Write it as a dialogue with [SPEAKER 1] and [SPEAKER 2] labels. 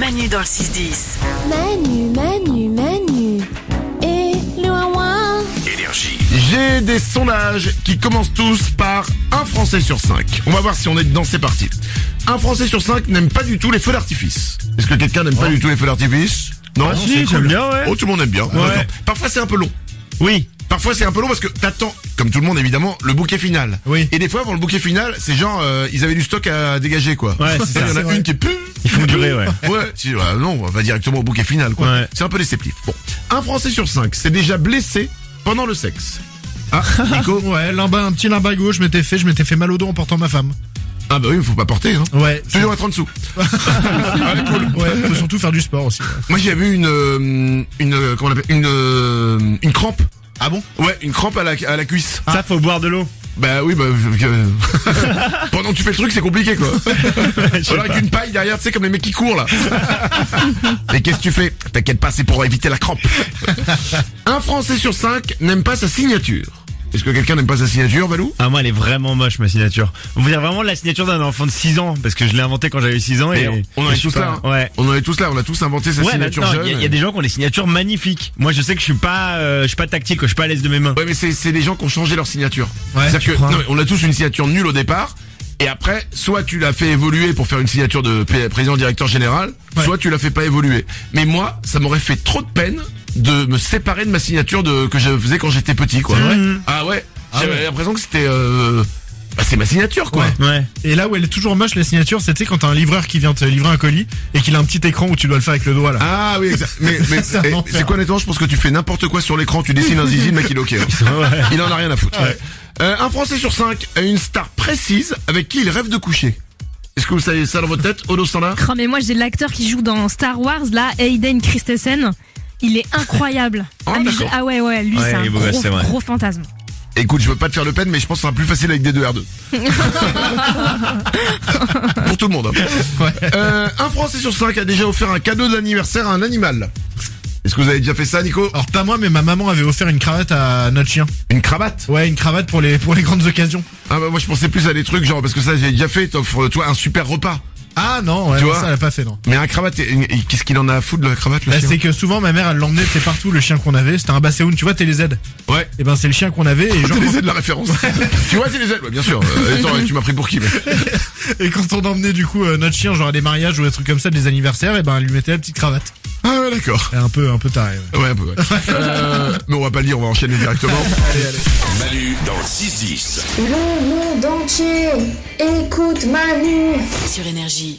[SPEAKER 1] Manu dans le 6-10.
[SPEAKER 2] Manu, Manu, Manu. Et le ouin
[SPEAKER 3] Énergie.
[SPEAKER 4] J'ai des sondages qui commencent tous par un Français sur cinq. On va voir si on est dedans, c'est parti. Un Français sur cinq n'aime pas du tout les feux d'artifice. Est-ce que quelqu'un n'aime pas du tout les feux d'artifice Non,
[SPEAKER 5] Oh. Ah, si,
[SPEAKER 4] c'est
[SPEAKER 5] j'aime bien, ouais.
[SPEAKER 4] Oh, tout le monde aime bien. D'accord. Parfois c'est un peu long.
[SPEAKER 5] Oui.
[SPEAKER 4] Parfois c'est un peu long parce que t'attends, comme tout le monde évidemment, le bouquet final.
[SPEAKER 5] Oui.
[SPEAKER 4] Et des fois avant le bouquet final, c'est genre euh, ils avaient du stock à dégager quoi.
[SPEAKER 5] Ouais, c'est
[SPEAKER 4] Et
[SPEAKER 5] ça.
[SPEAKER 4] Il y
[SPEAKER 5] C'est
[SPEAKER 4] en a
[SPEAKER 5] vrai.
[SPEAKER 4] une qui est pum,
[SPEAKER 5] Ils font durer, ouais.
[SPEAKER 4] Ouais, si, ouais, non, on va directement au bouquet final, quoi.
[SPEAKER 5] Ouais.
[SPEAKER 4] C'est un peu déceptif. Bon, un Français sur cinq s'est déjà blessé pendant le sexe. Ah, Nico
[SPEAKER 6] Ouais, limba- un petit limbago, je m'étais fait, je m'étais fait mal au dos en portant ma femme.
[SPEAKER 4] Ah bah oui, mais faut pas porter, hein.
[SPEAKER 6] Ouais.
[SPEAKER 4] Toujours à 30 sous. Ouais, cool.
[SPEAKER 6] Ouais, faut surtout faire du sport aussi.
[SPEAKER 4] Moi j'avais une, euh, une, euh, comment on l'appelle, une, euh, une crampe.
[SPEAKER 6] Ah bon
[SPEAKER 4] Ouais, une crampe à la, à la cuisse.
[SPEAKER 5] Ça, faut boire de l'eau.
[SPEAKER 4] Bah oui, bah euh, pendant que tu fais le truc, c'est compliqué quoi.
[SPEAKER 5] Je sais
[SPEAKER 4] Ou alors
[SPEAKER 5] pas.
[SPEAKER 4] avec une paille derrière, tu sais, comme les mecs qui courent là. Et qu'est-ce que tu fais T'inquiète pas, c'est pour éviter la crampe. Un Français sur cinq n'aime pas sa signature. Est-ce que quelqu'un n'aime pas sa signature, Valou
[SPEAKER 5] Ah, moi, elle est vraiment moche, ma signature. On vous dire vraiment la signature d'un enfant de 6 ans, parce que je l'ai inventée quand j'avais 6 ans et.
[SPEAKER 4] Mais On en
[SPEAKER 5] et
[SPEAKER 4] est
[SPEAKER 5] je suis
[SPEAKER 4] tous
[SPEAKER 5] pas-
[SPEAKER 4] là. hein.
[SPEAKER 5] Ouais.
[SPEAKER 4] On en est tous là, on a tous inventé sa
[SPEAKER 5] Ouais,
[SPEAKER 4] signature
[SPEAKER 5] maintenant,
[SPEAKER 4] jeune.
[SPEAKER 5] il y, a- il y a des gens qui ont des signatures magnifiques. Moi, je sais que je suis pas, euh, je suis pas tactile, que je suis pas à l'aise de mes mains.
[SPEAKER 4] Ouais, mais c'est c'est les gens qui ont changé leur signature.
[SPEAKER 6] Ouais,
[SPEAKER 4] C'est-à-dire
[SPEAKER 6] tu
[SPEAKER 4] que
[SPEAKER 6] crois.
[SPEAKER 4] non, mais on a tous une signature nulle au départ. Et après, soit tu l'as fait évoluer pour faire une signature de P- président directeur général,
[SPEAKER 6] Ouais.
[SPEAKER 4] soit tu l'as fait pas évoluer. Mais moi, ça m'aurait fait trop de peine de me séparer de ma signature de que je faisais quand j'étais petit, quoi.
[SPEAKER 6] C'est vrai
[SPEAKER 4] ah ouais.
[SPEAKER 6] Ah
[SPEAKER 4] J'avais
[SPEAKER 6] ouais.
[SPEAKER 4] l'impression que c'était. euh, bah, c'est ma signature, quoi.
[SPEAKER 6] Ouais.
[SPEAKER 5] Ouais.
[SPEAKER 6] Et là où elle est toujours moche, la signature, c'était quand t'as un livreur qui vient te livrer un colis et qu'il a un petit écran où tu dois le faire avec le doigt là.
[SPEAKER 4] Ah oui, exact. Mais, mais
[SPEAKER 6] C'est un
[SPEAKER 4] eh,
[SPEAKER 6] enfer.
[SPEAKER 4] c'est quoi honnêtement Je pense que tu fais n'importe quoi sur l'écran, tu dessines un zizi, le mec il est ok. hein. Il en a rien à foutre. Euh, un Français sur cinq a une star précise avec qui il rêve de coucher. Est-ce que vous savez ça dans votre tête, Odo Standard
[SPEAKER 7] Oh, mais moi j'ai l'acteur qui joue dans Star Wars là, Hayden Christensen. Il est incroyable.
[SPEAKER 4] Ah,
[SPEAKER 7] mais
[SPEAKER 4] d'accord.
[SPEAKER 7] je- ah ouais ouais, lui
[SPEAKER 5] Ouais,
[SPEAKER 7] c'est
[SPEAKER 5] il
[SPEAKER 7] un
[SPEAKER 5] est beau
[SPEAKER 7] gros,
[SPEAKER 5] gosse, c'est vrai.
[SPEAKER 7] gros fantasme.
[SPEAKER 4] Écoute, je veux pas te faire de peine, mais je pense que ça sera plus facile avec des deux R2. Pour tout le monde. hein. Euh, un Français sur cinq a déjà offert un cadeau d'anniversaire à un animal. Est-ce que vous avez déjà fait ça, Nico
[SPEAKER 6] Alors pas moi, mais ma maman avait offert une cravate à notre chien.
[SPEAKER 4] Une cravate
[SPEAKER 6] Ouais, Oh. une cravate pour les pour les grandes occasions.
[SPEAKER 4] Ah bah moi je pensais plus à des trucs genre parce que ça j'ai déjà fait, t'offres toi un super repas.
[SPEAKER 6] Ah non, ouais,
[SPEAKER 4] Tu
[SPEAKER 6] non,
[SPEAKER 4] vois
[SPEAKER 6] ça elle a pas fait non.
[SPEAKER 4] Mais un cravate, et- et qu'est-ce qu'il en a à foutre de la cravate le
[SPEAKER 6] Bah,
[SPEAKER 4] chien
[SPEAKER 6] c'est que souvent ma mère elle l'emmenait c'est partout le chien qu'on avait, c'était un basséoun, tu vois TéléZ.
[SPEAKER 4] Ouais.
[SPEAKER 6] Et ben c'est le chien qu'on avait et genre
[SPEAKER 4] T'es Bah, les aides de la référence. tu vois, t'es les aides, ouais, bien sûr. Euh, attends, tu m'as pris pour qui mais...
[SPEAKER 6] et quand on emmenait du coup euh, notre chien genre à des mariages ou des trucs comme ça, des anniversaires, et ben elle lui mettait la petite cravate.
[SPEAKER 4] Ah ouais, d'accord.
[SPEAKER 6] Elle est un peu un peu tarée. ouais.
[SPEAKER 4] Ah, Ouais, un peu, ouais. Euh, mais on va pas le dire, on va enchaîner directement.
[SPEAKER 3] Manu dans le 6-10.
[SPEAKER 8] Le monde entier écoute Manu.
[SPEAKER 1] Sur Énergie.